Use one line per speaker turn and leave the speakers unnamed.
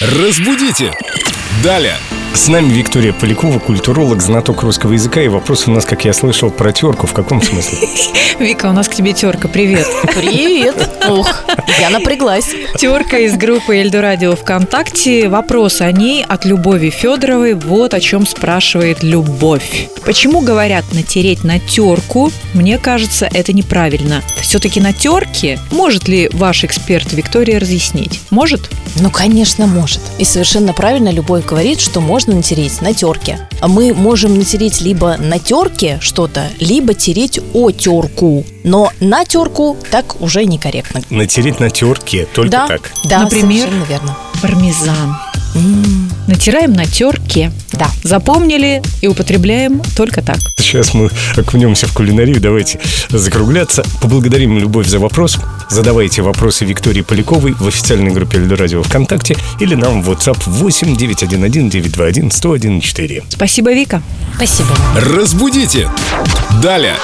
Разбудите! Далее! С нами Виктория Полякова, культуролог, знаток русского языка. И вопрос у нас, как я слышал, про терку. В каком смысле?
Вика, у нас к тебе терка, привет.
Привет. Ух, я напряглась.
Терка из группы Эльду Радио ВКонтакте. Вопрос о ней от Любови Федоровой. Вот о чем спрашивает Любовь. Почему говорят натереть на терку? Мне кажется, это неправильно. Все-таки на терке? Может ли ваш эксперт Виктория разъяснить? Может?
Ну, конечно, может. И совершенно правильно Любовь говорит, что можно натереть на терке. Мы можем натереть либо на терке что-то, либо тереть о терку. Но на терку так уже некорректно.
Натереть на терке, только
да,
так.
да,
Например?
совершенно верно.
Пармезан.
М,
Натираем на терке.
Да.
Запомнили и употребляем только так.
Сейчас мы окунемся в кулинарию. Давайте закругляться. Поблагодарим Любовь за вопрос. Задавайте вопросы Виктории Поляковой в официальной группе Эльду Радио ВКонтакте или нам в WhatsApp 8 911 921 1014.
Спасибо, Вика.
Спасибо.
Разбудите! Далее!